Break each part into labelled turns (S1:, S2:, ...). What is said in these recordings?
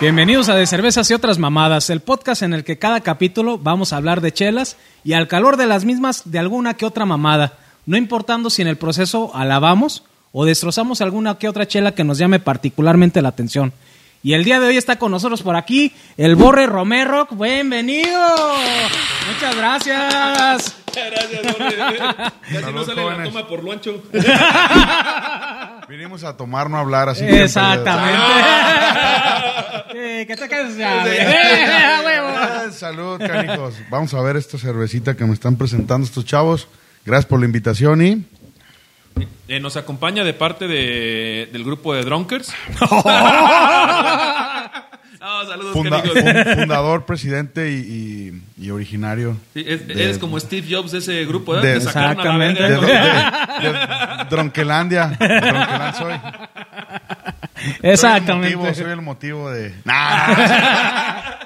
S1: Bienvenidos a De Cervezas y otras Mamadas, el podcast en el que cada capítulo vamos a hablar de chelas y al calor de las mismas de alguna que otra mamada, no importando si en el proceso alabamos o destrozamos alguna que otra chela que nos llame particularmente la atención. Y el día de hoy está con nosotros por aquí el Borre Romero. ¡Bienvenido! Muchas gracias.
S2: Gracias, Borre. Casi no
S3: Salud,
S2: sale la
S3: jóvenes.
S2: toma por loncho.
S3: Vinimos a tomar, no a hablar así. que-
S1: Exactamente. Eh, ¿Qué te cansas? Eh, a huevo.
S3: Ah, Salud, canijos. Vamos a ver esta cervecita que me están presentando estos chavos. Gracias por la invitación y
S2: Eh, nos acompaña de parte de, del grupo de Drunkers. no, saludos,
S3: funda-
S2: canijos.
S3: fun- fundador, presidente y, y- y originario.
S2: Sí, es-
S3: de-
S2: Eres como Steve Jobs de ese grupo,
S3: de-
S2: ¿verdad? Te sacaron a la verga
S3: de, de-
S2: con-
S3: de- de Dronquelandia. De Dronqueland soy. Soy el motivo, soy
S1: Exactamente.
S3: el motivo de. Nah.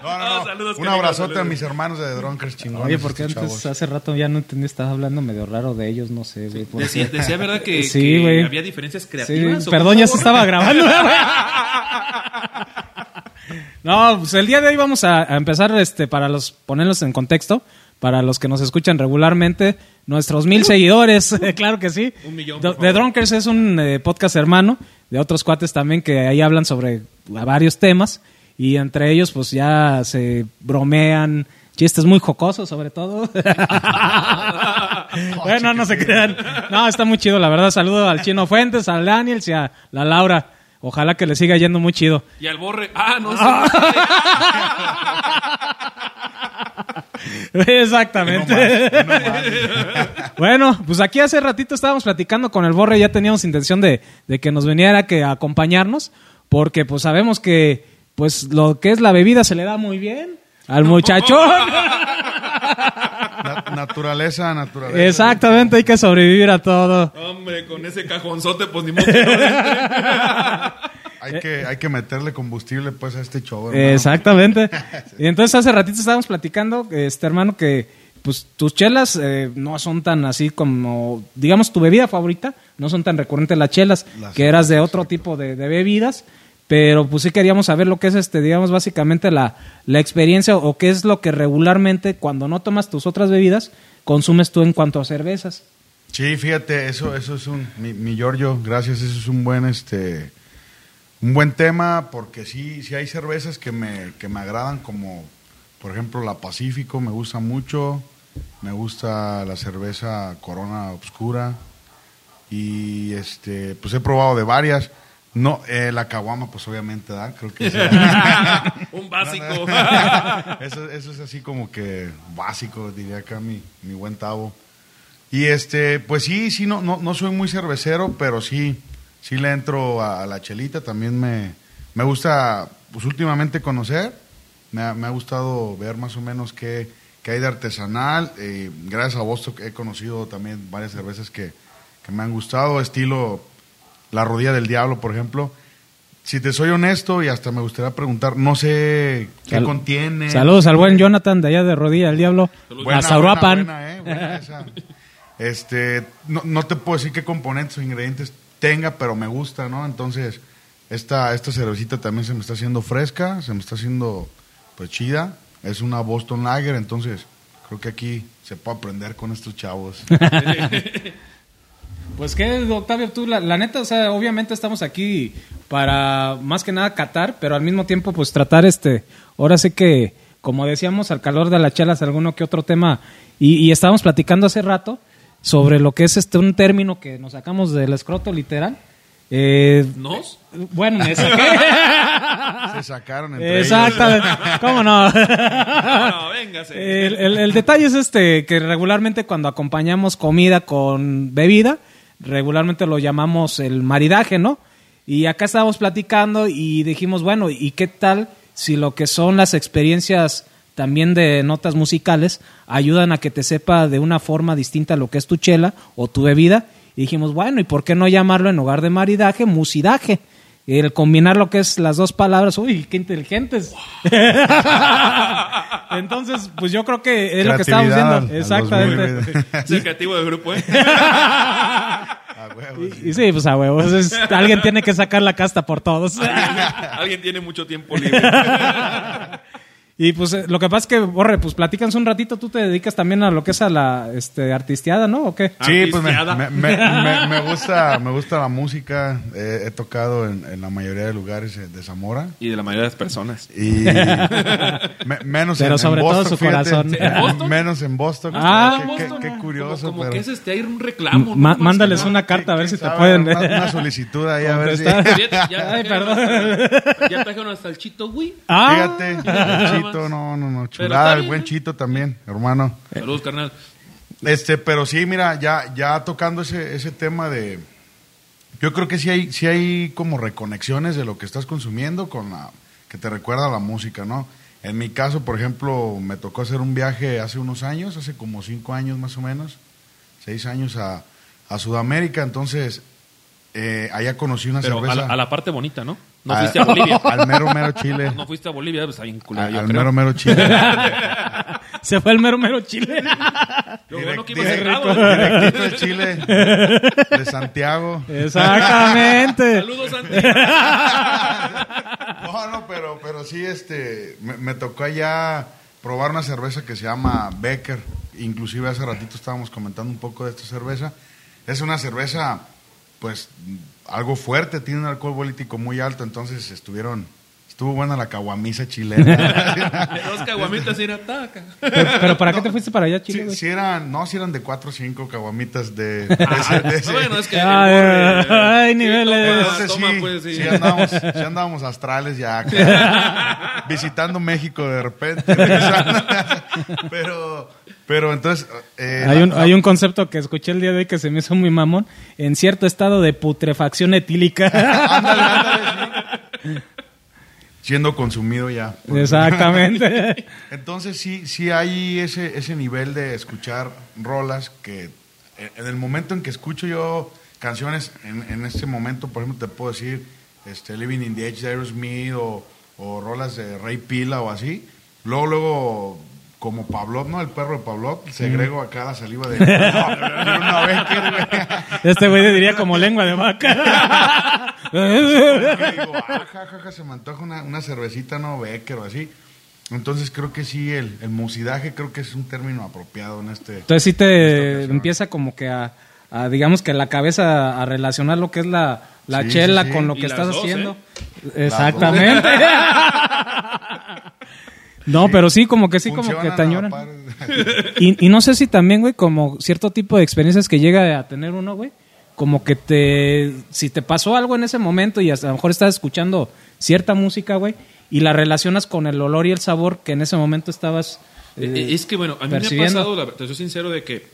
S3: No, no, no.
S2: No, saludos,
S3: Un
S2: canijos,
S3: abrazote a
S2: saludos.
S3: mis hermanos de Dronkers chingones.
S1: Oye, porque
S3: estos
S1: antes,
S3: chavos.
S1: hace rato ya no entendí, estabas hablando medio raro de ellos, no sé, güey. por
S2: Decía,
S1: qué.
S2: decía, ¿verdad? Que,
S1: Sí,
S2: que
S1: güey.
S2: había diferencias
S1: Sí,
S2: creativas. ¿o
S1: perdón,
S2: cómo,
S1: ya se
S2: Borre?
S1: estaba grabando. no, pues el día de hoy vamos a, a empezar este para los ponerlos en contexto, para los que nos escuchan regularmente, nuestros mil seguidores, eh, claro que sí.
S2: Un millón,
S1: Do-
S2: por
S1: The
S2: favor.
S1: Drunkers es un eh, podcast hermano de otros cuates también que ahí hablan sobre varios temas y entre ellos pues ya se bromean chistes muy jocosos sobre todo. bueno, no se crean. No, está muy chido, la verdad. Saludo al Chino Fuentes, al Daniel y a la Laura. Ojalá que le siga yendo muy chido.
S2: Y al borre. Ah, no sé.
S1: Exactamente. bueno, pues aquí hace ratito estábamos platicando con el Borre, ya teníamos intención de, de que nos viniera que a acompañarnos, porque pues sabemos que pues lo que es la bebida se le da muy bien al muchachón.
S3: Na- naturaleza, naturaleza.
S1: Exactamente, hay que sobrevivir a todo.
S2: Hombre, con ese cajonzote, pues ni modo. que no entre.
S3: Hay que, hay que meterle combustible pues a este show, hermano.
S1: Exactamente. Y entonces hace ratito estábamos platicando, este hermano, que pues tus chelas eh, no son tan así como, digamos, tu bebida favorita, no son tan recurrentes las chelas,
S3: Las-
S1: que eras de otro tipo de, de bebidas, pero pues sí queríamos saber lo que es, este, digamos, básicamente la, la experiencia o qué es lo que regularmente cuando no tomas tus otras bebidas, consumes tú en cuanto a cervezas.
S3: Sí, fíjate, eso, eso es un, mi, mi Giorgio, gracias, eso es un buen, este, un buen tema, porque sí, sí hay cervezas que me, que me agradan, como, por ejemplo, la Pacífico, me gusta mucho, me gusta la cerveza Corona Obscura, y, este, pues he probado de varias, no, eh, la Caguama, pues obviamente, da, creo que sí.
S2: Un básico.
S3: eso, eso es así como que básico, diría acá mi, mi buen Tavo. Y este, pues sí, sí, no, no, no soy muy cervecero, pero sí, sí le entro a, a la chelita. También me, me gusta, pues últimamente conocer. Me ha, me ha gustado ver más o menos qué, qué hay de artesanal. Eh, gracias a vos he conocido también varias cervezas que, que me han gustado, estilo La Rodilla del Diablo, por ejemplo. Si te soy honesto y hasta me gustaría preguntar, no sé qué
S1: Sal-
S3: contiene.
S1: Saludos al buen Jonathan de allá de rodilla, el diablo,
S3: Buena,
S1: a Sauruapan.
S3: buena, buena, eh, buena esa. Este, no, no te puedo decir qué componentes o ingredientes tenga, pero me gusta, ¿no? Entonces, esta, esta cervecita también se me está haciendo fresca, se me está haciendo pues chida. Es una Boston Lager, entonces creo que aquí se puede aprender con estos chavos.
S1: Pues que, Octavio, tú, la, la neta, o sea, obviamente estamos aquí para más que nada catar, pero al mismo tiempo, pues tratar este. Ahora sí que, como decíamos, al calor de las chelas, alguno que otro tema. Y, y estábamos platicando hace rato sobre lo que es este un término que nos sacamos del escroto literal. Eh,
S2: ¿Nos?
S1: bueno, me saqué.
S3: se sacaron entre
S1: Exactamente. ¿Cómo no?
S2: No, Ah, véngase.
S1: El, el- el detalle es este, que regularmente cuando acompañamos comida con bebida, regularmente lo llamamos el maridaje, ¿no? Y acá estábamos platicando y dijimos, bueno, ¿y qué tal si lo que son las experiencias también de notas musicales ayudan a que te sepa de una forma distinta lo que es tu chela o tu bebida? Y dijimos, bueno, ¿y por qué no llamarlo en lugar de maridaje, musidaje? El combinar lo que es las dos palabras, uy, qué inteligentes. Entonces, pues yo creo que es lo que estamos
S3: Creatividad
S1: viendo.
S3: a los
S1: Exactamente.
S3: mil.
S2: Es el creativo del grupo, ¿eh?
S3: ellos. A huevo.
S1: Y, y sí, pues a huevos. es- alguien tiene que sacar la casta por todos.
S2: Alguien tiene mucho tiempo libre.
S1: y pues eh, lo que pasa es que, Borre, pues platícanos un ratito. Tú te dedicas también a lo que es a la este, artisteada, ¿no? ¿O qué?
S3: Sí, pues me,
S2: Artisteada.
S3: me- me- me- me gusta, me gusta la música. Eh, he tocado en, en la mayoría de lugares eh, de Zamora.
S2: y de la mayoría de las personas.
S3: Y me- menos
S1: Pero
S3: en, en
S1: sobre todo
S3: Boston,
S1: su
S3: fíjate.
S1: corazón.
S2: ¿En Boston?
S3: Menos en Boston.
S1: Ah,
S3: qué, qué-
S2: Boston,
S3: qué
S2: ¿no?
S3: curioso.
S2: Como, como
S3: pero-
S2: que es este, hay un reclamo.
S1: Ma-
S2: Más que
S1: mándales
S2: nada.
S1: una carta a ver
S3: ¿Quién
S1: si te
S3: sabe?
S1: pueden.
S3: Una, una solicitud ahí a ver si.
S1: contestar.
S2: Ya, ya,
S1: Ay,
S2: trajeron
S1: perdón.
S2: hasta- ya trajeron hasta el chito, güey.
S1: Ah,
S3: Fíjate, el Chito, no, no, no,
S2: está
S3: chulada, el
S2: bien,
S3: buen
S2: ¿no?
S3: Chito también, hermano.
S2: Saludos, carnal.
S3: Este, pero sí, mira, ya, ya tocando ese, ese tema de. Yo creo que sí hay, sí hay como reconexiones de lo que estás consumiendo con la. que te recuerda a la música, ¿no? En mi caso, por ejemplo, me tocó hacer un viaje hace unos años, hace como cinco años más o menos, seis años a, a Sudamérica, entonces eh, allá conocí una
S2: Pero
S3: cerveza.
S2: a la, a la parte bonita, ¿no? No
S3: A-
S2: fuiste a Bolivia.
S3: Al mero mero Chile.
S2: No fuiste a Bolivia, pues ahí en culero,
S3: al
S2: yo
S3: al
S2: creo.
S3: mero mero Chile.
S1: se fue el mero mero chile.
S2: Lo bueno que
S3: Direct-
S2: iba cerrado,
S3: directo-
S2: güey.
S3: directito de Chile, de Santiago.
S1: Exactamente.
S2: Saludos, Andy.
S3: No, no, pero, pero sí, este, me, me tocó allá probar una cerveza que se llama Becker. Inclusive hace ratito estábamos comentando un poco de esta cerveza. Es una cerveza, pues, m, algo fuerte, tiene un alcohol político muy alto, entonces estuvieron, estuvo buena la caguamisa chilena.
S2: Dos caguamitas sin ataca.
S1: Pero, pero ¿para qué te fuiste para allá, Chile?
S3: Si,
S1: güey?
S3: eran, no, si eran de cuatro o cinco caguamitas de, de ese- de ese-
S2: Ah, Bueno, es que.
S1: Ay,
S2: eh,
S1: ay,
S2: sí,
S1: niveles.
S2: toma,
S3: Entonces,
S2: toma,
S3: sí,
S2: pues, sí.
S3: sí andábamos, sí andábamos astrales ya, claro. visitando México de repente. regresando. pero, pero entonces... eh,
S1: Hay
S3: la-
S1: un,
S3: la-
S1: hay un concepto que escuché el día de hoy que se me hizo muy mamón. En cierto estado de putrefacción etílica.
S3: ándale, ándale, sí. Siendo consumido ya. por-
S1: Exactamente.
S3: Entonces sí, sí hay ese, ese nivel de escuchar rolas que eh, en el momento en que escucho yo canciones, en, en este momento, por ejemplo, te puedo decir este, Living in the Edge de Aerosmith o, o rolas de Rey Pila o así. Luego, luego, como Pavlov, ¿no? El perro de Pavlov, segrego acá la saliva de... No, quiero una Becker, güey.
S1: Este güey diría como lengua de vaca.
S3: Y digo, ah, ja, ja, ja, se me antoja una, una cervecita, no, Becker o así. Entonces creo que sí, el, el musidaje creo que es un término apropiado en este...
S1: Entonces sí te empieza como que a, a, digamos que la cabeza a relacionar lo que es la, la
S3: Sí,
S1: chela
S3: sí, sí.
S1: con lo
S2: Y
S1: que
S2: las
S1: estás
S2: dos,
S1: haciendo.
S3: ¿eh? Las
S1: Exactamente. No, pero sí, como que sí, como que
S3: Funcionan
S1: te
S3: a la
S1: añoran.
S3: par.
S1: Y, y no sé si también, güey, como cierto tipo de experiencias que llega a tener uno, güey, como que te, si te pasó algo en ese momento y hasta a lo mejor estás escuchando cierta música, güey, y la relacionas con el olor y el sabor que en ese momento estabas...
S2: Eh,
S1: eh,
S2: eh, es que bueno, a mí me ha
S1: percibiendo.
S2: pasado, la- te soy sincero, de que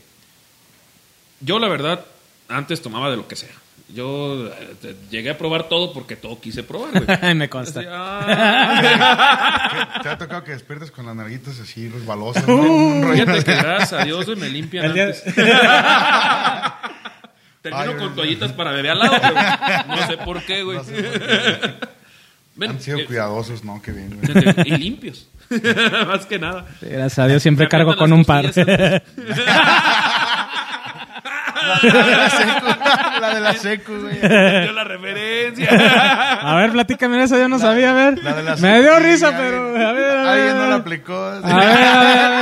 S2: yo la verdad antes tomaba de lo que sea. Yo eh, te- llegué a probar todo porque todo quise probar, güey.
S1: me
S2: Así,
S1: consta.
S2: ah,
S3: ¿Te ha tocado que despiertes con las narguitas así resbalosas?
S1: Uh,
S3: ¿no? Un rollo
S2: fíjate que
S3: así.
S2: gracias a Dios güey, me limpian
S1: El día-
S2: antes. Termino
S3: Ay,
S2: con
S3: güey.
S2: toallitas para bebé al lado, güey. No sé por qué, güey.
S3: No sé por qué.
S2: Ven,
S3: Han sido
S2: eh,
S3: cuidadosos, ¿no? Qué bien, güey.
S2: fíjate, y limpios. Más que nada.
S1: Gracias a Dios, siempre
S2: Me
S1: cargo
S2: aprietan
S1: con un
S2: las
S1: par.
S2: costillas
S3: La de la secu, güey.
S2: antes. Yo la referencia.
S1: A ver, platícame eso, yo no sabía, a ver.
S3: La de la
S1: Me
S3: secu,
S1: dio
S3: sí,
S1: risa,
S3: alguien-
S1: pero... A ver, a ver.
S3: Alguien no la aplicó.
S1: A ver, a ver, a ver.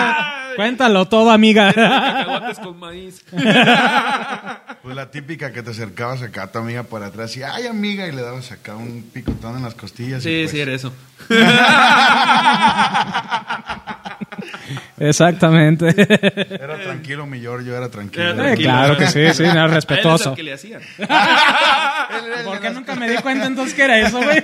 S1: Cuéntalo todo, amiga.
S2: Cacahuates con maíz.
S3: Pues la típica que te acercabas acá a tu amiga por atrás y, ay, amiga, y le dabas acá un picotón en las costillas. y
S2: Sí,
S3: pues,
S2: sí, era eso.
S1: Exactamente.
S3: pues, Era tranquilo, mi Giorgio, era tranquilo.
S2: Era
S1: Eh,
S2: tranquilo.
S1: claro que sí, sí, no, respetuoso.
S2: A él es al que le hacían.
S1: Porque nunca me di cuenta entonces que era eso, güey?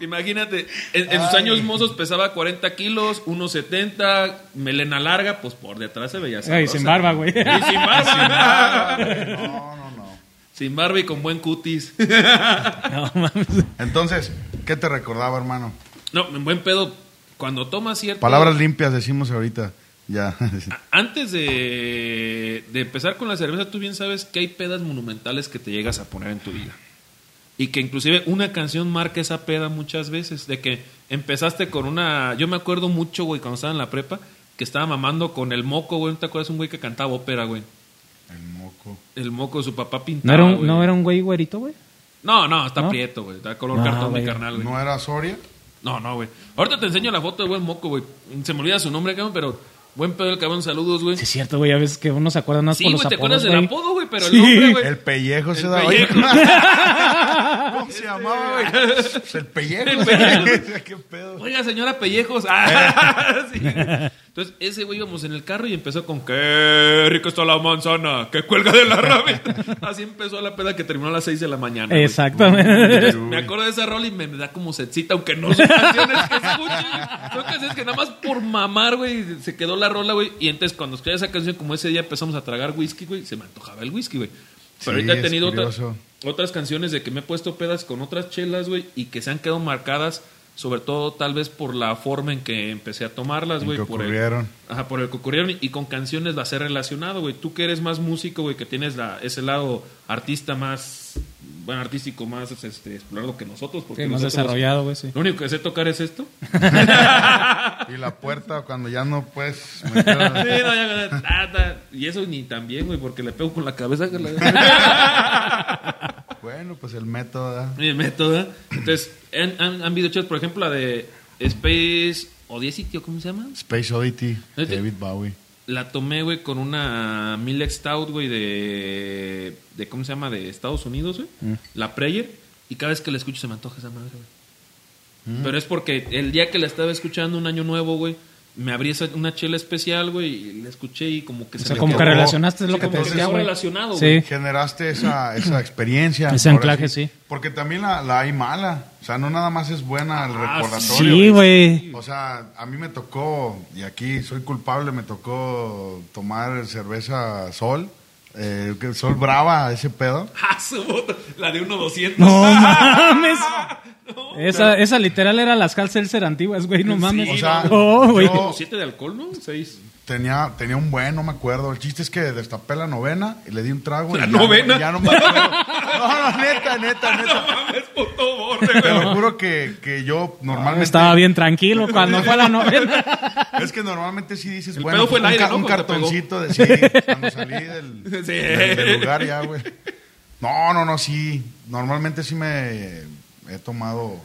S2: Imagínate, en, en sus años mozos pesaba 40 kilos, 1,70, melena larga, pues por detrás se veía
S1: Ay,
S2: sabrosa.
S1: sin barba, güey.
S2: Y sin
S3: Ah,
S2: barba.
S3: güey, No, no, no.
S2: sin barba y con buen cutis.
S1: No mames.
S3: Entonces, ¿qué te recordaba, hermano?
S2: No, en buen pedo. Cuando tomas cierto...
S3: Palabras limpias decimos ahorita. Ya.
S1: Ah.
S2: A- Antes de, de empezar con la cerveza, tú bien sabes que hay pedas monumentales que te llegas a poner en tu vida. Y que inclusive una canción marca esa peda muchas veces. De que empezaste con una... Yo me acuerdo mucho, güey, cuando estaba en la prepa, que estaba mamando con el moco, güey. ¿No te acuerdas un güey que cantaba ópera, güey?
S3: El moco. moco.
S2: El moco de su papá
S1: ¿No
S2: pintaba.
S1: era un,
S2: güey.
S1: no era un güey güerito, güey?
S2: No, no, está
S1: ¿No?
S2: prieto, güey. Está color
S1: No,
S2: cartón,
S1: güey.
S2: mi carnal, güey.
S3: ¿No era Soria?
S2: No, no, güey. Ahorita te enseño la foto de buen moco, güey. Se me olvida su nombre, cabrón, pero buen pedo el cabrón, saludos, güey.
S1: Sí, es cierto, güey. A veces que uno se acuerda más
S2: Sí,
S1: por
S2: güey,
S1: los
S2: te
S1: apodos,
S2: acuerdas del
S1: güey.
S2: apodo, güey, pero
S1: Sí.
S2: el nombre, güey.
S3: El pellejo se
S2: El
S3: da.
S2: pellejo.
S3: ¿Cómo se llamaba, güey? Pues el pellejo.
S2: El pellejo.
S3: ¿Qué pedo? Eh.
S2: Oiga, señora Pellejos. Ah, sí. Entonces, ese güey íbamos en el carro y empezó con qué rico está la manzana, que cuelga de la rabia. Así empezó la peda que terminó a las 6 de la mañana. güey.
S1: Exactamente.
S2: Entonces, me acuerdo de esa rola y me, me da como setcita, aunque no son canciones que escuche. Lo que sé es que nada más por mamar, güey, se quedó la rola, güey. Y entonces cuando escuché esa canción, como ese día empezamos a tragar whisky, güey, se me antojaba el whisky, güey. Pero
S3: Sí,
S2: ahorita he
S3: es
S2: tenido otras,
S3: curioso.
S2: otras canciones de que me he puesto pedas con otras chelas, güey, y que se han quedado marcadas, sobre todo tal vez por la forma en que empecé a tomarlas,
S3: En
S2: güey.
S3: que
S2: por el-
S3: ocurrieron.
S2: Ajá, por el que ocurrieron y con canciones las he relacionado, güey. Tú que eres más músico, güey, que tienes la, ese lado artista más, bueno, artístico más este, explorado que nosotros. Porque
S1: Sí, más
S2: nosotros-
S1: desarrollado, güey, sí.
S2: Lo único que sé tocar es esto. sí,
S3: Y la puerta, cuando ya no puedes. meter-
S2: no, ya, ya, ta, ta. Y eso ni tan bien, güey, porque le pego con la cabeza. que la-
S3: Bueno, pues el método. ¿verdad?
S2: Mi método. ¿eh? Entonces, han, han, han habido shows, por ejemplo, la de Space Odyssey, ¿o ¿cómo se llama?
S3: Space Oddity,
S2: Oye,
S3: David Bowie.
S2: La tomé, güey, con una Mille Stout, güey, de, de. ¿Cómo se llama? De Estados Unidos, güey.
S1: Mm.
S2: La Prayer. Y cada vez que la escucho se me antoja esa madre, güey.
S1: Mm.
S2: Pero es porque el día que la estaba escuchando, un año nuevo, güey, me abrí esa- una chela especial, güey, y la escuché y como que
S1: O
S2: se
S1: sea,
S2: me
S1: como
S2: quedó.
S1: que
S3: tocó.
S1: relacionaste es lo
S2: Sí,
S1: que te
S2: como que
S1: decía,
S2: quedó
S1: güey.
S2: relacionado,
S1: Sí.
S2: güey.
S3: Generaste esa, esa experiencia.
S1: Ese
S3: ahora
S1: anclaje, sí.
S3: Porque también la, la hay mala. O sea, no nada más es buena el
S2: Ah,
S3: recordatorio.
S1: Sí, güey.
S3: O sea, a mí me tocó, y aquí soy culpable, me tocó tomar cerveza sol, eh, que- sol brava, ese pedo.
S2: Ah, su puta, La de 1.200.
S1: No mames.
S2: No.
S1: Esa, esa literal era las Halselser antiguas, güey, no
S2: Sí,
S1: mames.
S2: o
S3: sea,
S1: No, güey.
S3: yo-
S2: Como siete de alcohol, ¿no? Seis.
S3: Tenía, tenía un buen, no me acuerdo. El chiste es que destapé la novena y le di un trago. y
S2: ¿La
S3: ya no-
S2: novena?
S3: Ya no me acuerdo. No, no, neta, neta, neta.
S2: mames, puto borre,
S3: Te
S2: güey.
S3: lo juro que, que yo normalmente...
S1: Estaba bien tranquilo cuando fue a la novena.
S3: Es que normalmente sí dices,
S2: El
S3: bueno, pues,
S2: pedo fue el
S3: un,
S2: aire,
S3: ca-
S2: ¿no?
S3: un
S2: Cuando te
S3: cartoncito de sí, cuando salí del,
S2: Sí.
S3: del- del lugar ya, güey. No, no, no, sí. Normalmente sí me he tomado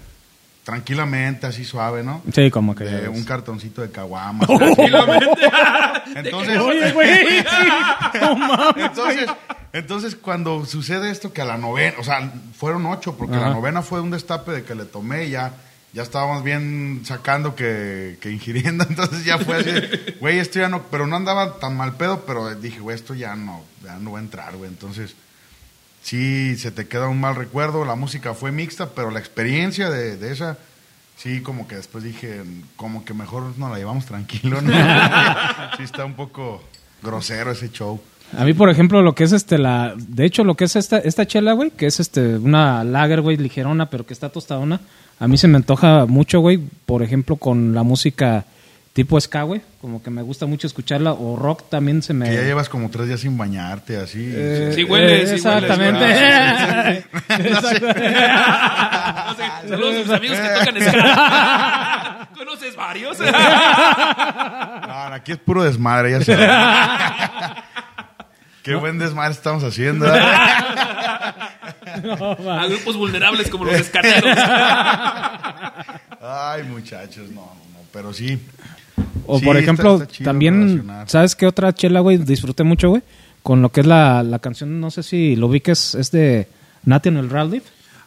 S3: tranquilamente, así suave, ¿no?
S1: Sí, como que.
S3: De un cartoncito de caguama. Entonces,
S1: Oye, güey. No mames.
S3: entonces, entonces cuando sucede esto que a la novena, o sea, fueron ocho, porque
S1: Ajá.
S3: la novena fue un destape de que le tomé y ya, ya estábamos bien sacando que, que ingiriendo, entonces ya fue así, de, güey, esto ya no, pero no andaba tan mal pedo, pero dije, güey, esto ya no, ya no va a entrar, güey, entonces... Sí, se te queda un mal recuerdo, la música fue mixta, pero la experiencia de, de esa, sí, como que después dije, como que mejor nos la llevamos tranquilo, ¿no? sí, está un poco grosero ese show.
S1: A mí, por ejemplo, lo que es este, la. De hecho, lo que es esta, esta chela, güey, que es este, una lager, güey, ligerona, pero que está tostadona. A mí se me antoja mucho, güey, por ejemplo, con la música tipo ska, güey. Como que me gusta mucho escucharla. O rock también se me.
S2: Eh.
S3: Que ya llevas como tres días sin bañarte, así.
S1: Eh,
S2: Sí huele, sí huele.
S1: exactamente. Exactamente.
S2: No sé, Saludos a mis amigos que tocan ska. ¿Conoces varios?
S3: No, aquí es puro desmadre, ya sabes. Qué buen desmadre estamos haciendo. ¿eh?
S1: No, va.
S2: A grupos vulnerables como los escateros.
S3: Ay, muchachos, no, no, pero sí.
S1: O
S3: Sí,
S1: por
S3: está-
S1: ejemplo,
S3: está chido
S1: también,
S3: relacionar.
S1: ¿sabes qué otra chela, güey? Disfruté mucho, güey. Con lo que es la, la canción, no sé si lo vi que es, es de National Rally.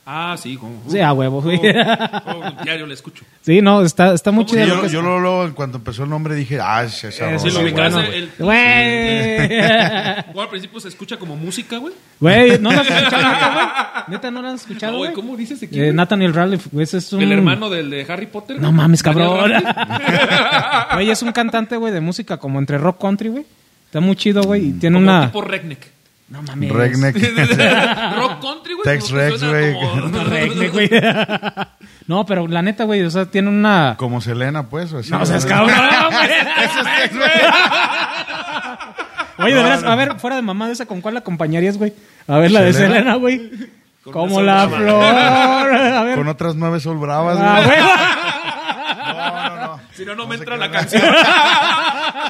S2: Ah, sí, como.
S1: Sí, a huevo, güey.
S2: Oh. ya yo le escucho.
S1: Sí, no, está, está muy
S2: ¿Cómo se
S1: chida.
S3: Sí,
S1: lo
S3: yo
S1: que es-
S3: yo luego, luego, en cuanto empezó el nombre, dije, ah, es esa
S1: Eso
S2: Eh, Sí,
S1: es
S2: lo
S3: rola,
S2: ubicaste,
S3: güey.
S2: el-
S1: Güey.
S2: O al principio se escucha como música, güey.
S1: Güey, no la has escuchado, neta, güey. Neta, no la has escuchado,
S2: No, güey,
S1: güey.
S2: ¿cómo dices de quién,
S1: Eh,
S2: güey?
S1: Nathaniel Radcliffe, güey, ese es un...
S2: El hermano del de Harry Potter.
S1: No
S2: güey.
S1: mames, cabrón.
S2: Daniel Radcliffe.
S1: Güey, es un cantante, güey, de música como entre rock country, güey. Está muy chido, güey, y tiene
S2: Como
S1: una...
S2: Tipo Regneck.
S1: No mames.
S3: Regneck.
S2: Rock country, güey.
S3: Tex
S2: como que
S3: Rex,
S2: suena
S3: güey.
S2: como-
S1: Regneck, güey. No, pero la neta, güey, o sea, tiene una...
S3: Como Selena, pues. o así,
S1: No, o sea, es
S3: ¿verdad?
S1: cabrón, güey. Oye, de veras, a ver, fuera de mamá de esa, ¿con cuál la acompañarías, güey? A ver, la de
S3: ¿Selena?
S1: Selena, güey.
S2: Con
S1: Como
S2: esa
S1: la
S2: mamá.
S1: flor. A ver.
S3: Con otras nueve sol bravas,
S1: Ah,
S3: güey.
S1: güey.
S3: No, no, no.
S1: Sí,
S2: Si no, no me
S3: sé
S2: entra
S3: qué
S2: la
S3: hora.
S2: canción.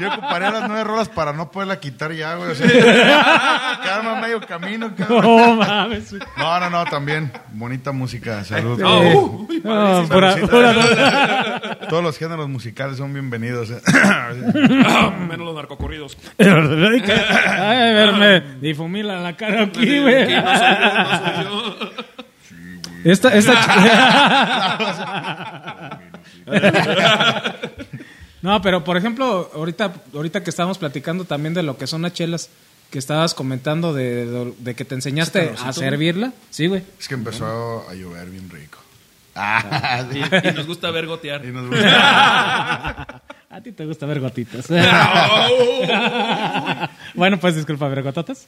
S3: Yo ocuparé las nueve rolas para no poderla quitar ya, güey. O sea, cada medio camino, cabrón.
S1: No mames.
S3: No, no, no, también. Bonita música, salud.
S2: Ah,
S1: Eh,
S2: uh, uy,
S1: no,
S2: padrísimo.
S1: pura-
S3: Saludcita.
S1: pura-
S3: Todos los géneros musicales son bienvenidos. eh.
S2: Ah, Menos los narcocorridos.
S1: Ay, verme difumila la cara aquí, güey.
S2: Que no soy yo, no soy yo.
S1: Esta, esta ch- No, pero por ejemplo, ahorita, ahorita que estábamos platicando también de lo que son las chelas, que estabas comentando de, de- de que te enseñaste a servirla. Sí, güey.
S3: Es que empezó a llover bien rico. Ah, sí.
S2: Y, y nos gusta ver gotear.
S3: Y nos gusta.
S1: A ti te gusta ver gotitas.
S2: Au.
S1: bueno, pues disculpa, ver gototas.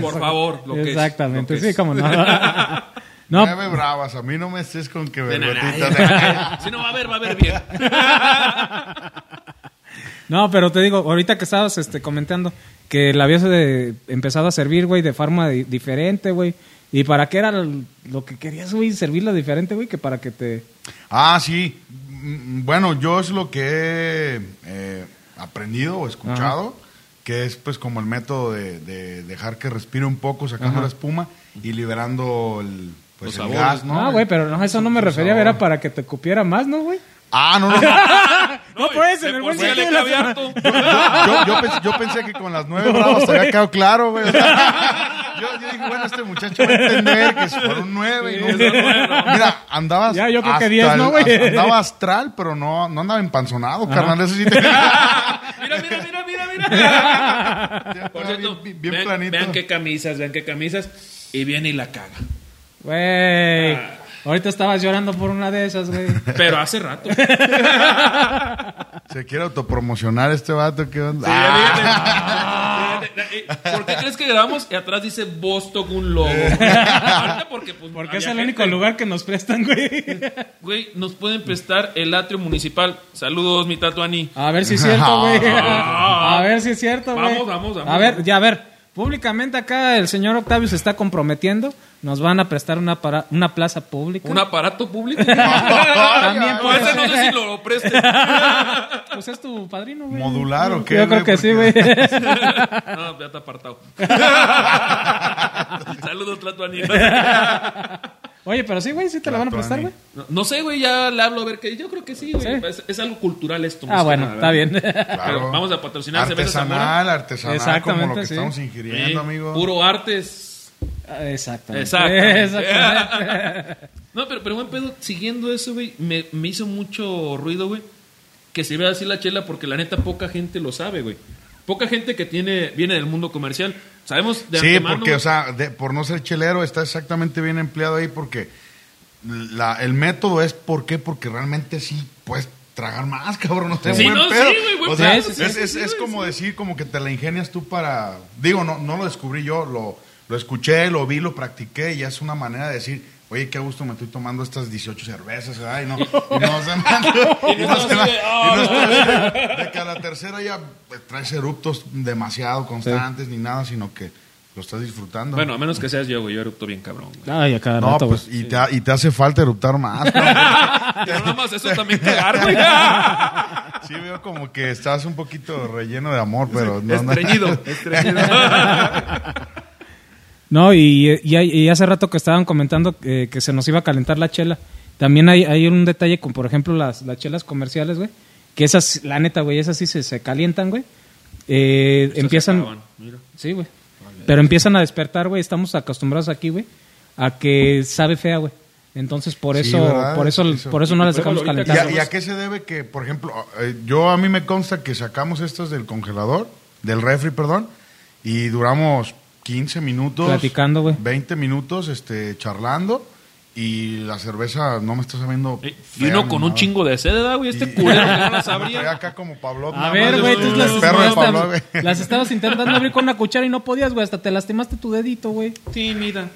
S2: Por favor, lo que es,
S1: Exactamente,
S2: lo que
S1: sí,
S2: es.
S1: cómo no.
S3: No.
S1: no,
S3: bravas, a mí no me estés con que
S2: De na-
S3: vergotitas.
S2: Si no va a ver, va a ver bien.
S1: No, pero te digo, ahorita que estabas este, comentando que la habías eh, empezado a servir, güey, de forma di- diferente, güey. ¿Y para qué era l- lo que querías, güey, servirla diferente, güey? Que para que te...
S3: Ah, sí. Mm, Bueno, yo es lo que he eh, aprendido o escuchado, que es pues como el método de, de dejar que respire un poco, sacando la espuma y liberando el, pues,
S2: Los
S3: el
S2: sabores,
S3: gas, ¿no?
S1: No, Ah, güey, pero no, eso no me
S3: Su- su
S1: refería,
S3: sabor.
S1: era para que te cupiera más, ¿no, güey?
S3: Ah, no, no.
S1: No,
S3: no.
S1: por eso,
S2: de
S1: en el
S2: por
S1: buen
S2: sí ya le
S1: sentido de
S2: cabe
S1: la
S2: harto.
S3: yo, yo pensé, yo pensé que con las nueve bravas te había quedado claro, güey. O sea, yo, yo dije, bueno, este muchacho va a entender que es por un nueve. y no- Mira, andabas.
S1: Ya, yo creo que
S3: hasta
S1: diez, ¿no,
S3: el-
S1: güey?
S3: hasta- Andaba astral, pero no, no andaba empanzonado, carnal. Eso sí te
S2: Mira, mira, mira, mira, mira. Por cierto,
S3: bien, bien
S2: vean,
S3: planito.
S2: vean qué camisas, vean qué camisas. Y viene y la caga.
S1: Güey, ahorita estabas llorando por una de esas, güey.
S2: Pero hace rato.
S3: Se quiere autopromocionar este vato, ¿qué onda? Ah,
S2: Ah. ¿Por qué crees que grabamos y atrás dice Bostock un logo? Ahorita porque pues,
S1: Porque es
S2: había
S1: el único
S2: gente.
S1: lugar que nos prestan, güey.
S2: Güey, nos pueden prestar el atrio municipal. Saludos, mi tatuani.
S1: A ver si es cierto, güey. A ver si es cierto, güey.
S2: Ah, Vamos, vamos, vamos.
S1: A ver, ya, a ver. Públicamente acá el señor Octavio se está comprometiendo. Nos van a prestar una, para- una plaza pública.
S2: ¿Un aparato público?
S1: También
S2: Pues,
S1: puede
S2: ese no sé si
S1: ser.
S2: lo preste.
S1: Pues es tu padrino, güey.
S3: ¿Modular o qué,
S1: Yo creo
S3: güey?
S1: que sí, güey.
S3: Porque-
S2: No, ya está apartado. Saludos, tatuani.
S1: Oye, pero sí, güey, sí te la van a prestar, güey.
S2: No, no sé, güey, ya le hablo a ver qué. Yo creo que sí, güey.
S1: Sí.
S2: Es, es algo cultural esto. más
S1: Ah,
S2: que
S1: bueno,
S2: nada,
S1: está
S2: ¿verdad?
S1: bien.
S2: Pero vamos a patrocinar cerveza Zamora.
S3: Artesanal, artesanal, como
S1: Exactamente,
S3: lo que
S1: sí.
S3: estamos
S2: Sí,
S3: ingiriendo, amigo.
S2: Puro artes.
S1: Exactamente.
S2: Exactamente.
S1: Exactamente.
S2: No, pero, pero buen pedo, siguiendo eso, güey, me, me hizo mucho ruido, güey, que se vea así la chela porque la neta poca gente lo sabe, güey. Poca gente que tiene viene del mundo comercial. Sabemos de
S3: sí,
S2: antemano,
S3: porque, o
S2: güey,
S3: sea, de- por no ser chelero, está exactamente bien empleado ahí porque la- el método es ¿por qué? Porque realmente sí puedes tragar más, cabrón. No te
S2: Sí,
S3: buen
S2: no, sí,
S3: pedo.
S2: güey, buen
S3: o sea,
S1: pedo,
S3: es,
S1: sí, sí,
S3: es-
S2: sí,
S3: es
S2: güey,
S3: como decir, como que te la ingenias tú para. Digo, no, no lo descubrí yo, lo, lo escuché, lo vi, lo practiqué y ya es una manera de decir. Oye, qué gusto me estoy tomando estas 18 cervezas, ay, no, y no se me-
S2: Y no
S3: se me-
S2: así de,
S3: y
S2: "Ah,
S3: no se me- de que a la tercera ya pues, traes eruptos demasiado constantes ni nada, sino que lo estás disfrutando.
S2: Bueno, a menos que seas yo, güey, yo erupto bien cabrón, güey.
S1: Ay, acá
S3: no, pues, y, te, ha- y te hace falta eruptar más. cabrón.
S2: Pero nada más eso también cagar, güey.
S3: sí, veo como que estás un poquito relleno de amor, pero no, no.
S2: Estreñido, estreñido.
S1: No, y, y hay- y hace rato que estaban comentando eh, que se nos iba a calentar la chela. También hay, hay un detalle con, por ejemplo, las, las chelas comerciales, güey. Que esas, la neta, güey, esas sí se, se calientan, güey. Eh,
S2: Estas
S1: empiezan...
S2: acaban, mira.
S1: Sí, güey. Pero empiezan a despertar, güey. Estamos acostumbrados aquí, güey, a que sabe fea, güey. Entonces, por
S3: Sí,
S1: eso,
S3: ¿verdad?
S1: por eso,
S3: Eso.
S1: por eso no
S2: Y
S1: las
S2: por
S1: dejamos
S2: ejemplo, ahorita
S3: ¿Y a,
S1: calentar.
S2: que-
S3: y a qué se debe que, por ejemplo, eh, yo a mí me consta que sacamos estas del congelador, del refri, perdón, y duramos 15 minutos.
S1: Platicando, güey.
S3: 20 minutos este, charlando y la cerveza no me está sabiendo.
S2: Y uno con
S3: fea ni
S2: un
S3: nada.
S2: chingo de sed, ¿verdad, güey, este
S3: Y-
S2: culero que no la
S3: Estoy
S2: sabría.
S3: acá como Pablo.
S1: A ver, güey, tú
S2: el
S1: las,
S3: El perro de
S1: estabas-
S3: Pablo, güey.
S1: las estabas intentando abrir con una cuchara y no podías, güey. Hasta te lastimaste tu dedito, güey.
S2: Sí, mira.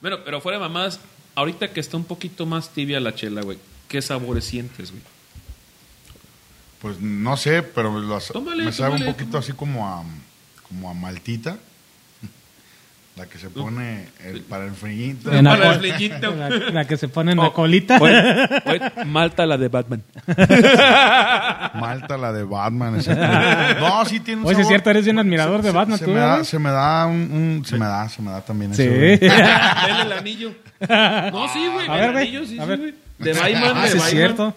S2: bueno, pero fuera de mamás, ahorita que está un poquito más tibia la chela, güey, ¿qué sabores sientes, güey?
S3: Pues no sé, pero las-
S2: Tómale,
S3: me sabe un
S2: tómale,
S3: poquito
S2: tómale.
S3: así como a, como a maltita. La que se pone el, para el frijito.
S1: En
S2: Para
S1: col-
S2: el flequito.
S1: la, la que se pone en la
S2: Oh,
S1: colita.
S2: Oye, oye, Malta, la de Batman.
S3: Malta, la de Batman. ese tipo. no, sí tiene un
S1: Oye, sí es
S3: sabor.
S1: cierto, eres bien admirador de
S3: Se-
S1: Batman,
S3: se,
S1: tú,
S3: me
S1: ¿verdad?
S3: da, se me da un, un- se me da, se me da también
S1: Sí.
S3: eso.
S2: Dele el anillo. No, sí, güey.
S1: A
S2: el
S1: ver, güey,
S2: anillo, sí,
S1: a
S2: sí,
S1: ver.
S2: güey. De Batman,
S1: Ah,
S2: de
S1: sí es
S2: Batman.
S1: cierto.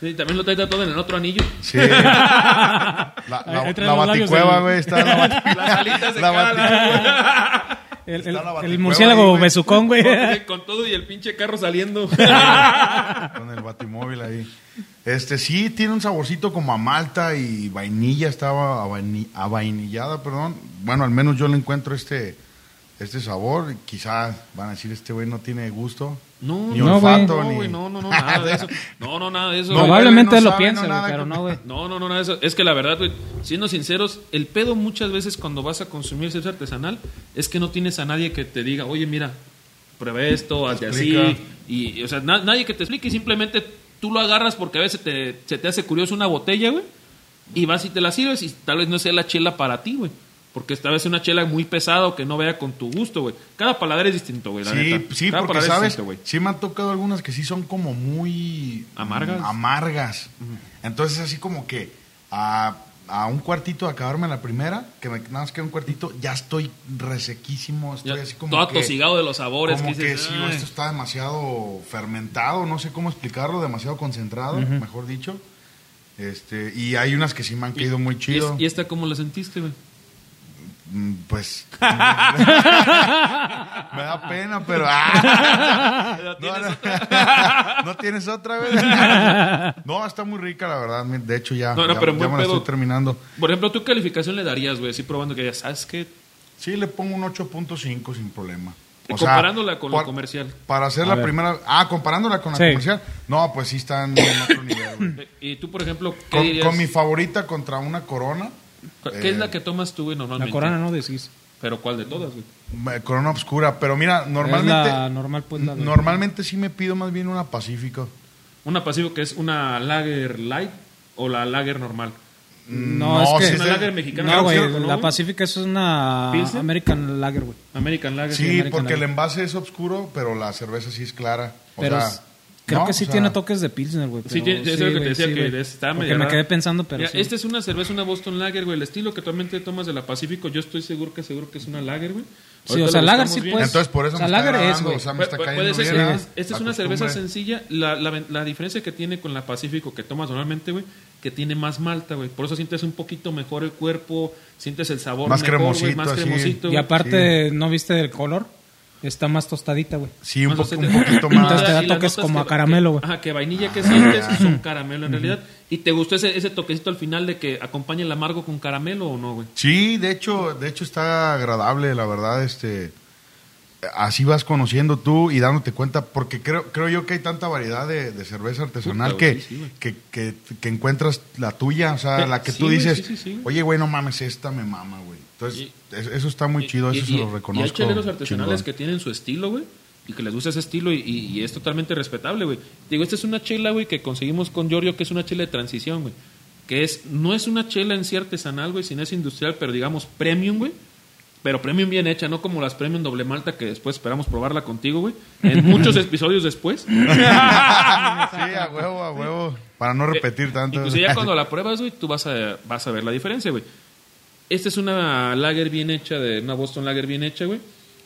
S2: Sí, también lo trae tatuado en el otro anillo.
S3: Sí. La, la,
S1: Ahí- ahí trae
S3: la
S1: los labios
S3: baticueva,
S1: del-
S3: güey, está la baticueva.
S2: Las alitas de
S3: La
S2: cada lado,
S1: El, el-
S3: Está la
S1: el
S3: baticueva ahí,
S1: murciélago
S3: güey.
S1: besucón, güey.
S2: güey, Con todo y el pinche carro saliendo.
S3: Con el batimóvil ahí. Este, sí, tiene un saborcito como a malta y vainilla, estaba avaini- avainillada, perdón. Bueno, al menos yo le encuentro este, este sabor. Quizás van a decir, este güey no tiene gusto.
S2: No,
S3: Ni
S1: no,
S3: olfato,
S2: No,
S3: ni-
S2: güey, no, no, no, nada de eso. No, no, nada de eso.
S3: No,
S2: güey.
S1: Probablemente
S3: no
S1: lo
S3: sabe,
S1: piensa,
S3: no
S1: güey,
S3: nada
S1: pero
S3: que-
S1: no, güey.
S2: No, no, no, nada de eso. Es que la verdad, güey, siendo sinceros, el pedo muchas veces cuando vas a consumir cerveza artesanal es que no tienes a nadie que te diga, oye, mira, prueba esto, hazte así.
S3: explica.
S2: Y, y, o sea, na- nadie que te explique, simplemente tú lo agarras porque a veces te- se te hace curioso una botella, güey, y vas y te la sirves y tal vez no sea la chela para ti, güey. Porque esta vez es una chela muy pesada o que no vaya con tu gusto, güey. Cada paladar es distinto, güey, la
S3: Sí,
S2: neta.
S3: sí,
S2: Cada
S3: porque
S2: paladar es
S3: sabes,
S2: distinto, güey.
S3: sí me han tocado algunas que sí son como muy
S2: Amargas.
S3: mm, amargas. Entonces así como que a, a un cuartito de acabarme la primera, que me nada más queda un cuartito, ya estoy resequísimo, estoy
S2: Ya,
S3: así pues, como
S2: todo
S3: que,
S2: atosigado de los sabores
S3: como
S2: que dices,
S3: sí,
S2: "Ay".
S3: esto está demasiado fermentado, no sé cómo explicarlo, demasiado concentrado, mejor dicho. Este, y hay unas que sí me han caído muy
S2: ¿Y, es-
S3: chido.
S2: ¿Y esta cómo la sentiste, güey?
S3: Mm, Pues me da pena, pero ah. no, no. ¿No tienes otra vez. no, está muy rica, la verdad. De hecho, ya,
S2: No, no,
S3: ya-
S2: pero
S3: ya
S2: muy
S3: me la
S2: pedo.
S3: estoy terminando.
S2: Por ejemplo, ¿tú qué calificación le darías, güey? Así probando que digas, ¿sabes qué?
S3: Sí, le pongo un 8.5 sin problema.
S2: Y comparándola con la comercial.
S3: Para hacer
S1: A
S3: la
S1: ver.
S3: primera. Ah, comparándola con la
S1: Sí.
S3: comercial. No, pues sí están en otro nivel, güey.
S2: Y tú, por ejemplo, ¿qué
S3: Con,
S2: dirías?
S3: con mi favorita contra una corona.
S2: ¿Qué es la que tomas tú, güey, normalmente?
S1: eh, La corona no decís.
S2: Pero ¿cuál de todas, güey?
S3: eh, Corona obscura. Pero mira, normalmente.
S1: Es la normal, pues, la de-
S3: Normalmente sí me pido más bien una pacífico.
S2: Una pasivo que es una lager light o la lager normal.
S1: No,
S3: No,
S1: es
S3: sí
S1: que...
S3: es
S2: Una
S3: de-
S2: lager mexicana.
S1: No, güey,
S2: creo, ¿no,
S1: la
S2: güey?
S1: Pacifica es una
S2: ¿Pilsen?
S1: American Lager, güey.
S2: American lager.
S3: Sí,
S1: American
S3: porque el
S1: Lager.
S3: envase es oscuro, pero la cerveza sí es clara. O
S1: Pero
S3: sea,
S1: es- creo
S3: ¿no?
S1: que sí
S3: O sea,
S1: tiene toques de Pilsner, güey.
S2: Sí,
S1: pero
S2: tiene- es lo que te
S1: güey,
S2: decía, que
S1: güey.
S2: está medio
S1: Porque me
S2: rara.
S1: quedé pensando, pero
S2: Mira,
S1: sí.
S2: Esta es una cerveza, una Boston Lager, güey. El estilo que actualmente tomas de la Pacífico, yo estoy seguro que seguro que es una lager, güey.
S1: Sí,
S2: Ahorita
S1: o sea,
S2: la
S1: lager
S2: buscamos
S1: sí
S2: bien.
S1: puede
S3: Entonces por eso
S1: pues. O sea,
S3: me está
S1: lager es,
S3: agradando,
S1: güey.
S3: o sea, me
S2: Pu-
S3: está
S2: pu-
S3: cayendo
S2: puede ser
S3: bien,
S2: que-
S3: ¿no?
S2: Esta es
S3: La
S2: una cerveza
S3: costumbre.
S2: sencilla. La, la ven- la diferencia que tiene con la Pacífico que tomas normalmente, güey, que tiene más malta, güey. Por eso sientes un poquito mejor el cuerpo, sientes el sabor
S3: Más
S2: mejor, güey,
S3: cremosito,
S2: más
S3: así.
S2: cremosito.
S1: Y
S2: güey.
S1: aparte, ¿no viste el color? Está más tostadita, güey.
S3: Sí, un,
S2: Más o
S3: poco-
S2: sea,
S3: un
S2: te-
S3: poquito
S1: Entonces
S3: más.
S1: te da
S2: y la
S1: toques
S2: notas
S1: como
S2: que-
S1: a caramelo, güey.
S2: que- Ajá, que vainilla que sientes es un caramelo en realidad. Y te gustó ese, ese toquecito al final de que acompañe el amargo con caramelo o no, güey.
S3: Sí, de hecho, de hecho está agradable, la verdad, este así vas conociendo tú y dándote cuenta, porque creo, creo yo que hay tanta variedad de, de cerveza artesanal
S2: Puta,
S3: que,
S2: güey, sí, güey.
S3: que, que, que encuentras la tuya, o sea,
S2: Sí,
S3: la que
S2: sí,
S3: tú
S2: güey,
S3: dices,
S2: sí, sí, sí.
S3: oye, güey, no mames, esta me mama, güey. Entonces, es- eso está muy chido,
S2: Y-
S3: eso
S2: y-
S3: se lo
S2: Y
S3: reconozco.
S2: hay cheleros artesanales
S3: chingón.
S2: que tienen su estilo, güey. Y que les gusta ese estilo y, y- y es totalmente respetable, güey. Digo, esta es una chela, güey, que conseguimos con Giorgio, que es una chela de transición, güey. Que es, no es una chela en sí artesanal, güey, sino es industrial, pero digamos premium, güey. Pero premium bien hecha, no como las premium doble malta que después esperamos probarla contigo, güey. En muchos episodios después.
S3: Ah, sí, a huevo, a huevo. Para no repetir tanto.
S2: Eh, Incluso ya cuando la pruebas, güey, tú vas a, vas a ver la diferencia, güey. Esta es una lager bien hecha, de una Boston lager bien hecha, güey.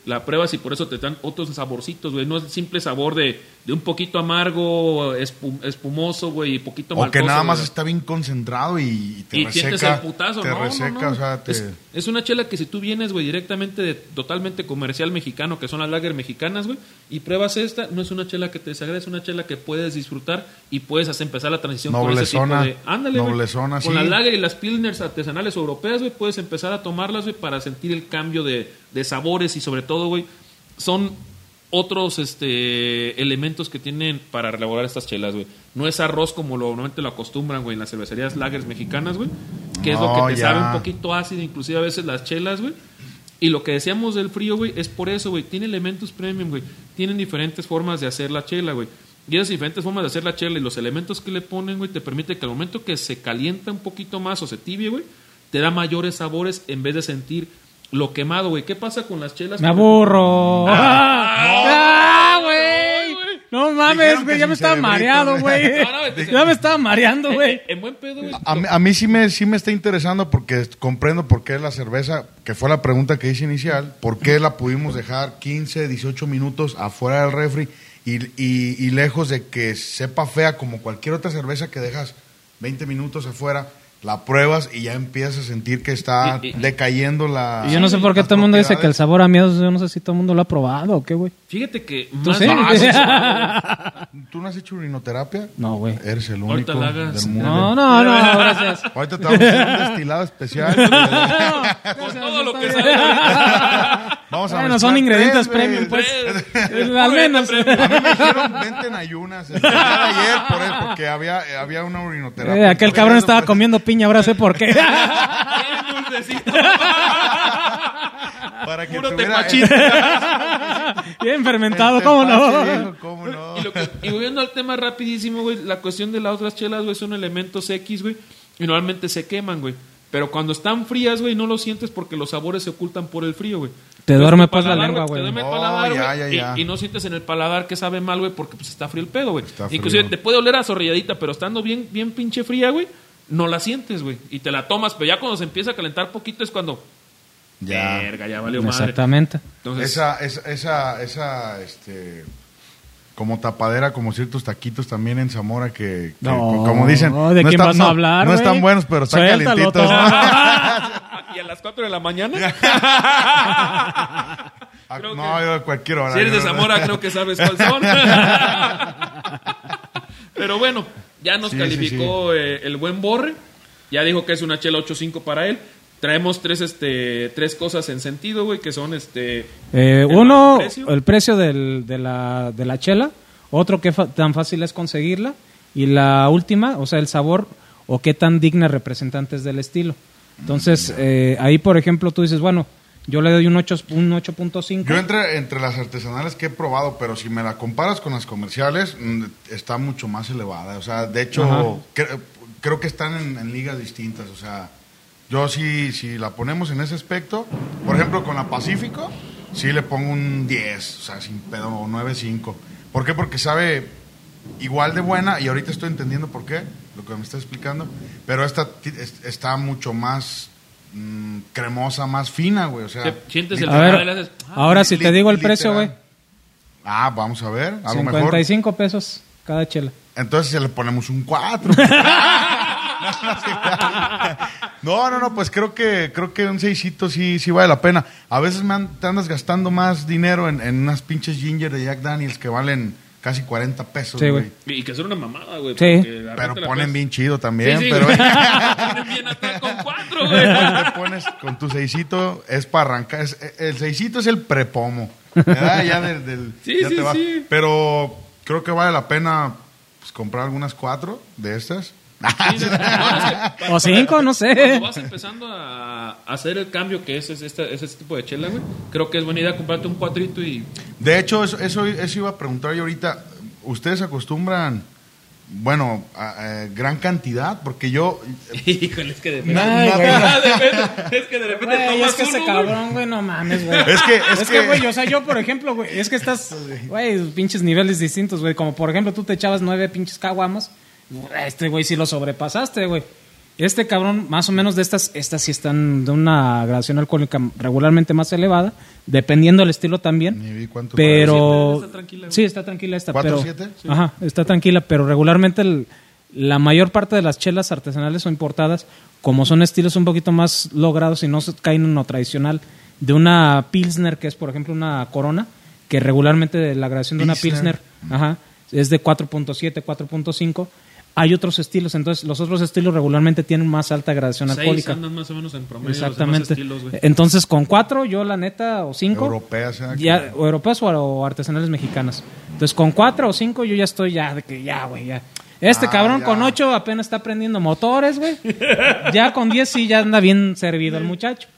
S2: La pruebas y por eso te dan otros saborcitos, güey. No es el simple sabor de, de un poquito amargo, espu- espumoso, güey, y poquito
S3: O que
S2: maltoso,
S3: nada
S2: güey.
S3: más está bien concentrado y, y te
S2: Y sientes el
S3: reseca.
S2: putazo,
S3: te
S2: no, no,
S3: reseca,
S2: no.
S3: o sea, te-
S2: es, es una chela que si tú vienes, güey, directamente de totalmente comercial mexicano, que son las lager mexicanas, güey, y pruebas esta, no es una chela que te desagrade, es una chela que puedes disfrutar y puedes hacer empezar la transición
S3: Noblezona,
S2: con ese tipo de... Ándale, güey.
S3: noblezona,
S2: Con
S3: sí.
S2: las lager y las pilners artesanales europeas, güey, puedes empezar a tomarlas, güey, para sentir el cambio de, de sabores y sobre todo, güey, son otros este elementos que tienen para elaborar estas chelas, güey. No es arroz como lo, normalmente lo acostumbran, güey, en las cervecerías lagers mexicanas, güey, que es lo
S3: No,
S2: que te
S3: ya.
S2: sabe un poquito ácido, inclusive a veces las chelas, güey. Y lo que decíamos del frío, güey, es por eso, güey. Tiene elementos premium, güey. Tienen diferentes formas de hacer la chela, güey. Y esas diferentes formas de hacer la chela y los elementos que le ponen, güey, te permite que al momento que se calienta un poquito más o se tibie, güey, te da mayores sabores en vez de sentir Lo quemado, güey. ¿Qué pasa con las chelas?
S1: Me aburro.
S2: Ah,
S1: ¡Ah, güey!
S2: güey.
S1: No mames,
S3: Dijeron que
S1: güey. Ya
S3: sin
S1: me estaba
S3: cerebrito,
S1: mareado,
S3: güey.
S1: güey.
S2: No, no,
S1: Ya me estaba mareando, güey.
S2: Eh, En buen pedo, güey.
S3: A, mí- a mí sí me, sí me está interesando porque comprendo por qué la cerveza, que fue la pregunta que hice inicial, por qué la pudimos dejar 15, 18 minutos afuera del refri y, y- y lejos de que sepa fea como cualquier otra cerveza que dejas 20 minutos afuera, la pruebas y ya empiezas a sentir que está
S2: Y- y-
S3: decayendo la...
S1: Y yo no sé por qué
S3: las
S1: todo el mundo dice que el
S3: propiedades.
S1: sabor a miedo, yo no sé si todo el mundo lo ha probado o qué, güey.
S2: Fíjate que
S1: ¿Tú
S2: más
S1: sí?
S2: Ah, sí, sí.
S3: ¿Tú no has hecho urinoterapia?
S1: No, güey.
S3: Eres el único
S2: Ahorita la hagas.
S3: del mundo.
S1: No, no, no, gracias.
S3: Ahorita te vamos a hacer un destilado especial.
S2: Con todo lo que sale.
S3: Vamos a
S1: Bueno, son
S3: mezclar
S1: ingredientes
S3: tres, güey.
S1: premium, pues.
S2: Tres.
S1: Al menos.
S3: A mí me dijeron, vente en ayunas. el día de ayer, por eso, porque había, eh, había una
S1: Eh,
S3: urinoterapia.
S1: aquel cabrón estaba comiendo piña, ahora sé por qué.
S2: Bien dulcecito.
S3: Para que
S2: Puro
S3: tuviera
S2: tepachito.
S3: el-
S1: Bien
S3: el
S1: fermentado, ¿cómo
S3: tepache,
S1: no?
S3: viejo, ¿Cómo no?
S2: Y, lo que- y volviendo al tema rapidísimo, güey, la cuestión de las otras chelas, güey, son elementos X, güey, y normalmente se queman, güey. Pero cuando están frías, güey, no lo sientes porque los sabores se ocultan por el frío, güey.
S1: Te
S2: Entonces,
S1: duerme,
S2: tu
S1: pues, la
S2: paladar,
S1: lengua,
S2: Te
S1: güey.
S2: duerme el
S3: Oh,
S2: paladar,
S3: ya,
S2: güey,
S3: ya, ya.
S2: Y, y no sientes en el paladar que sabe mal, güey, porque pues está frío el pedo, güey.
S3: Está frío.
S2: Inclusive te puede oler a zorrilladita, pero estando bien, bien pinche fría, güey, no la sientes, güey. Y te la tomas, pero ya cuando se empieza a calentar poquito es cuando...
S3: Ya.
S2: Verga, ya valió madre.
S1: Exactamente.
S2: Entonces,
S3: Esa, esa, esa, esa, este... Como tapadera, como ciertos taquitos también en Zamora que, que
S1: No,
S3: como dicen,
S1: ¿de quién vas a hablar,
S3: no
S1: güey?
S3: están buenos, pero están
S1: Suéltalo
S3: calientitos.
S1: todo.
S2: y a las 4 de la mañana...
S3: Ah,
S2: Creo
S3: no,
S2: que-
S3: yo a cualquier hora.
S2: Si eres de
S3: yo-
S2: Zamora, creo que sabes cuál son. Pero bueno, ya nos
S3: Sí, sí,
S2: calificó eh, el buen Borre. Ya dijo que es una chela 8.5 para él. Traemos tres, este, tres cosas en sentido, güey, que son este.
S1: Eh,
S2: el
S1: uno,
S2: precio.
S1: el precio del- de, la, de la chela. Otro, qué fa- tan fácil es conseguirla. Y la última, o sea, el sabor o qué tan digna representantes del estilo. Entonces, eh, ahí, por ejemplo, tú dices, bueno, yo le doy un 8 un 8.5.
S3: Yo entre, entre las artesanales que he probado, pero si me la comparas con las comerciales, mm, está mucho más elevada. O sea, de hecho, cre- creo que están en, en ligas distintas. O sea, yo sí, si la ponemos en ese aspecto, por ejemplo, con la Pacífico, sí le pongo un 10, o sea, sin pedo, o 9.5. ¿Por qué? Porque sabe igual de buena, y ahorita estoy entendiendo por qué, lo que me está explicando, pero esta ti- es- está mucho más mm, cremosa, más fina, güey. O sea,
S2: Sí, sientes el
S1: A
S2: paladar y
S1: ver,
S2: le haces, ah,
S1: ahora si te
S3: Li-
S1: digo el
S3: literal.
S1: precio, güey.
S3: Ah, vamos a ver. A lo mejor.
S1: 55 pesos cada chela.
S3: Entonces se le ponemos un 4. no, no, no, pues creo que creo que un seisito sí, sí vale la pena. A veces me an- te andas gastando más dinero en, en unas pinches ginger de Jack Daniels que valen casi 40 pesos,
S1: Sí,
S3: güey.
S1: güey.
S2: Y que son una mamada, güey.
S1: Sí.
S2: porque la
S3: pero
S2: neta la
S3: ponen
S2: puedes-
S3: bien chido
S2: Sí,
S3: también,
S2: sí.
S3: pero
S2: Ponen bien acá con cuatro, güey.
S3: Después le pones con tu seisito es para arrancar. es- el seisito es el prepomo. ¿verdad? Ya del, del-
S2: Sí,
S3: ya
S2: sí,
S3: te vas.
S2: sí.
S3: Pero creo que vale la pena pues, comprar algunas cuatro de estas. Ah,
S2: Sí, no, no sé, pa-
S1: O 5, no sé.
S2: Cuando vas empezando a hacer el cambio que es, es esta- es este tipo de chela, güey, creo que es buena idea comprarte un cuatrito y
S3: De hecho, eso, eso, eso iba a preguntar yo ahorita. ¿Ustedes acostumbran, bueno, a- a gran cantidad? Porque yo,
S2: Híjole, es que de
S3: Na-
S1: Ay,
S3: na-
S1: güey.
S2: Ah, de repente- es que de repente
S1: Güey,
S2: tomas
S1: es que ese
S2: uno, güey.
S1: cabrón, güey, no mames, güey.
S3: Es que- es
S1: que,
S3: que-
S1: güey, o sea, yo, por ejemplo, güey, es que estás, güey, pinches niveles distintos, güey. Como, por ejemplo, tú te echabas nueve pinches caguamos. Este, güey, sí lo sobrepasaste, güey. Este cabrón, más o menos de estas, estas sí están de una graduación alcohólica regularmente más elevada, dependiendo del estilo también.
S3: Ni vi cuánto
S1: pero.
S2: Está tranquila, güey.
S1: sí, está tranquila esta. pero,
S3: ¿Cuatro, siete? Sí.
S1: Ajá, está tranquila, pero regularmente el- la mayor parte de las chelas artesanales o importadas, como son estilos un poquito más logrados y no se caen en lo tradicional, de una Pilsner, que es por ejemplo una corona, que regularmente la graduación de una
S3: Pilsner. Mm.
S1: Pilsner ajá, es de 4.7, 4.5. Hay otros estilos, entonces los otros estilos regularmente tienen más alta gradación
S2: Seis
S1: alcohólica.
S2: andan más o menos en promedio. los demás
S1: Exactamente.
S2: estilos,
S3: Eh,
S2: güey.
S1: Entonces, con cuatro, yo la neta, o cinco.
S3: Europeas, ¿eh?
S1: ya, o europeas o, o artesanales mexicanas. Entonces, con cuatro o cinco, yo ya estoy ya, de que ya, güey, ya. Este
S3: Ah,
S1: cabrón
S3: ya.
S1: con ocho apenas está prendiendo motores, güey. ya con diez sí ya anda bien servido el muchacho.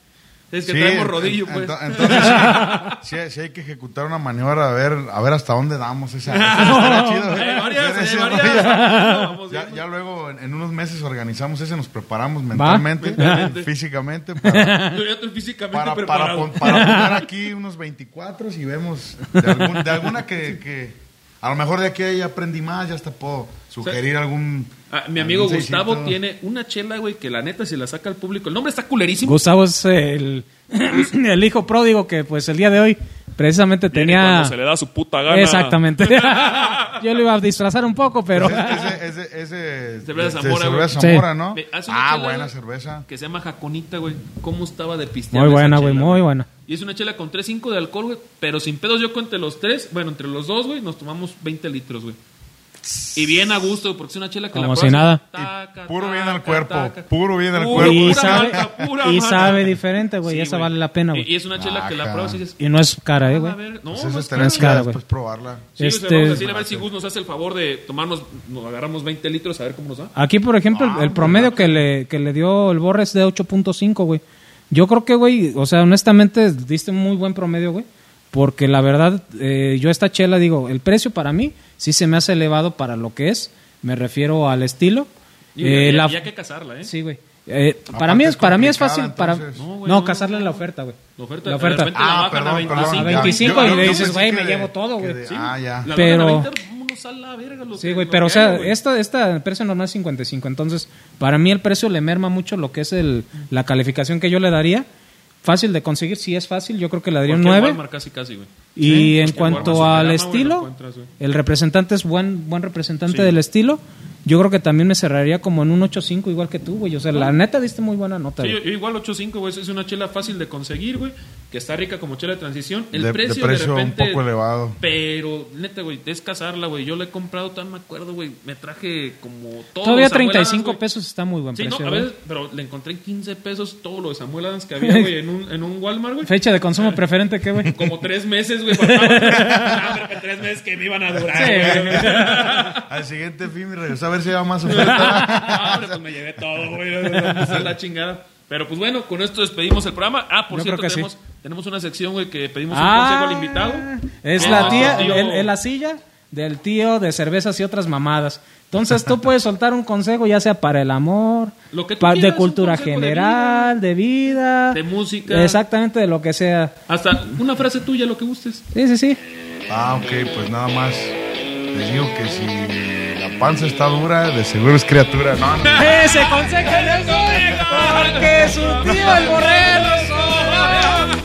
S2: Es que
S3: Sí,
S2: traemos
S3: en-
S2: rodillo,
S3: en-
S2: pues.
S3: ento- Entonces, sí, sí, sí hay que ejecutar una maniobra a ver, a ver hasta dónde damos esa. Estaría chido,
S2: Hay
S3: ¿eh?
S2: varias,
S3: Ver
S2: hay
S3: ese
S2: varias.
S3: rollo.
S2: Vamos
S3: Ya,
S2: viendo.
S3: ya luego, en, en unos meses, organizamos ese, nos preparamos mentalmente, eh,
S2: Mentalmente.
S3: físicamente, para,
S2: Yo ya estoy físicamente
S3: para, para
S2: preparado.
S3: pon- para poner aquí unos 24 y vemos de, algún- de alguna que, que- A lo mejor de aquí ya aprendí más, ya hasta puedo sugerir algún.
S2: Ah, mi amigo
S3: algún
S2: Gustavo
S3: seiscientos.
S2: tiene una chela, güey, que la neta, si la saca al público, el nombre está culerísimo.
S1: Gustavo es el, el hijo pródigo que pues el día de hoy precisamente tenía...
S4: Cuando se le da su puta gana.
S1: Exactamente. Yo lo iba a disfrazar un poco, pero...
S3: Ese, ese, ese- ese-
S2: Cerveza
S3: de-
S2: Zamora,
S3: cerveza
S1: güey.
S3: Zamora,
S1: Sí.
S3: ¿no?
S2: Me hace una
S3: Ah,
S2: chela,
S3: buena
S2: güey.
S3: cerveza.
S2: Que se llama Jaconita, güey. ¿Cómo estaba de pistear?
S1: Muy
S2: esa
S1: buena, güey,
S2: chela,
S1: muy buena.
S2: Y es una chela con 3.5 de alcohol, güey. Pero sin pedos, yo entre los tres, bueno, entre los dos, güey, nos tomamos 20 litros, güey. Y bien a gusto, güey, porque es una chela que
S1: Como
S2: la
S1: si
S2: pruebas,
S1: nada.
S2: taca,
S3: Y puro
S2: taca,
S3: bien al cuerpo,
S2: taca.
S3: puro bien al
S2: Puro,
S3: cuerpo.
S1: Y
S2: pura
S1: sabe,
S2: marca, pura
S1: y
S2: marca.
S1: sabe diferente, güey.
S2: Sí,
S1: esa vale la pena,
S2: Y, y
S1: güey.
S2: es una chela que la
S3: Ajá.
S2: pruebas y dices,
S1: Y no es cara, eh,
S2: "Ah,
S1: güey.
S2: a ver, no,
S3: Pues
S2: no
S3: esa
S2: es
S3: estaría
S1: más
S3: chida,
S1: cara,
S3: después
S1: güey.
S3: probarla.
S2: Sí, o sea,
S1: Este-
S2: vamos a decirle a ver si Gus nos hace el favor de tomarnos, nos agarramos 20 litros a ver cómo nos da.
S1: Aquí, por ejemplo,
S2: Ah,
S1: el- el, promedio que le, que le dio el Borre es de 8.5, güey. Yo creo que, güey, o sea, honestamente, diste un muy buen promedio, güey. Porque la verdad, eh, yo esta chela, digo, el precio para mí sí se me hace elevado para lo que es. Me refiero al estilo.
S2: Y
S1: Eh,
S2: ya,
S1: la-
S2: ya que casarla, ¿eh?
S1: Sí, güey. Eh, para
S3: Aparte
S1: mí es,
S3: es
S1: para mí es
S3: complicada,
S1: fácil para
S3: entonces.
S1: no,
S2: No, güey, no,
S1: casarle
S2: no,
S1: la
S2: no.
S1: oferta, güey.
S2: La oferta,
S1: La oferta.
S2: de repente la bajan a 25.
S1: A 25
S3: Ah, ya.
S1: y
S3: Yo-
S1: le
S3: yo
S1: dices,
S3: pensé
S1: güey,
S3: que
S1: me
S3: de-
S1: llevo todo,
S3: que
S1: güey.
S3: de-
S2: Sí,
S3: Ah, ya.
S2: La
S1: Pero-
S2: bajan a 20, vámonos a la verga, lo
S1: Sí,
S2: que-
S1: güey,
S2: lo
S1: pero o
S2: que
S1: sea,
S2: haya, güey.
S1: esta, esta el precio normal es 55. Entonces, para mí el precio le merma mucho lo que es el, la calificación que yo le daría. Fácil de conseguir, si es fácil, yo creo que le daría un
S2: Cualquier
S1: 9.
S2: Walmart casi, casi, güey.
S1: Y en
S2: cualquier
S1: cuanto al
S2: Walmart, Superama, güey, lo
S1: estilo,
S2: encuentras, güey.
S1: el representante es buen, buen representante
S2: Sí.
S1: del estilo. Yo creo que también me cerraría como en un 8.5 igual que tú, güey. O sea, la neta diste muy buena nota,
S2: Sí, yo,
S1: güey.
S2: yo igual 8.5, güey, es una chela fácil de conseguir, güey, que está rica como chela de transición. El
S3: De- de
S2: precio de,
S3: precio un
S2: repente,
S3: poco elevado.
S2: Pero, neta, güey, es casarla, güey. Yo la he comprado, tan me acuerdo, güey, me traje como todo.
S1: Todavía
S2: Samuel Adams,
S1: 35
S2: güey.
S1: pesos está muy buen
S2: Sí,
S1: precio. ¿eh?
S2: no, a
S1: güey.
S2: veces, pero le encontré en 15 pesos todo lo de Samuel Adams que había, güey, en un, en un Walmart, güey.
S1: Fecha de consumo preferente, ¿qué, güey?
S2: Como tres meses, güey, faltaba. Ah, pero que tres meses que me iban a durar,
S1: Sí,
S2: güey.
S1: güey.
S3: Al siguiente fin me regresó a ver si había más oferta.
S2: Ah, hombre, pues me llevé todo, güey. Esa pues, es la chingada. Pero pues bueno, con esto despedimos el programa. Ah, por
S1: Yo
S2: cierto,
S1: creo que Ah,
S2: tenemos, tenemos una sección, güey, que pedimos un consejo al invitado.
S1: Es
S2: Ah,
S1: la tía,
S2: tío.
S1: el- el- la silla del tío de cervezas y otras mamadas. Entonces tú puedes soltar un consejo, ya sea para el amor,
S2: Lo que tú
S1: pa-
S2: quieras,
S1: de
S2: un
S1: cultura
S2: consejo de
S1: general, de vida,
S2: De música.
S1: exactamente de lo que sea.
S2: Hasta una frase tuya, lo que gustes.
S1: Sí, sí, sí.
S3: Ah, ok, pues nada más. Les digo que si la panza está dura, de seguro es criatura. No, no.
S1: Ese consejo le doy porque su tío el borrero.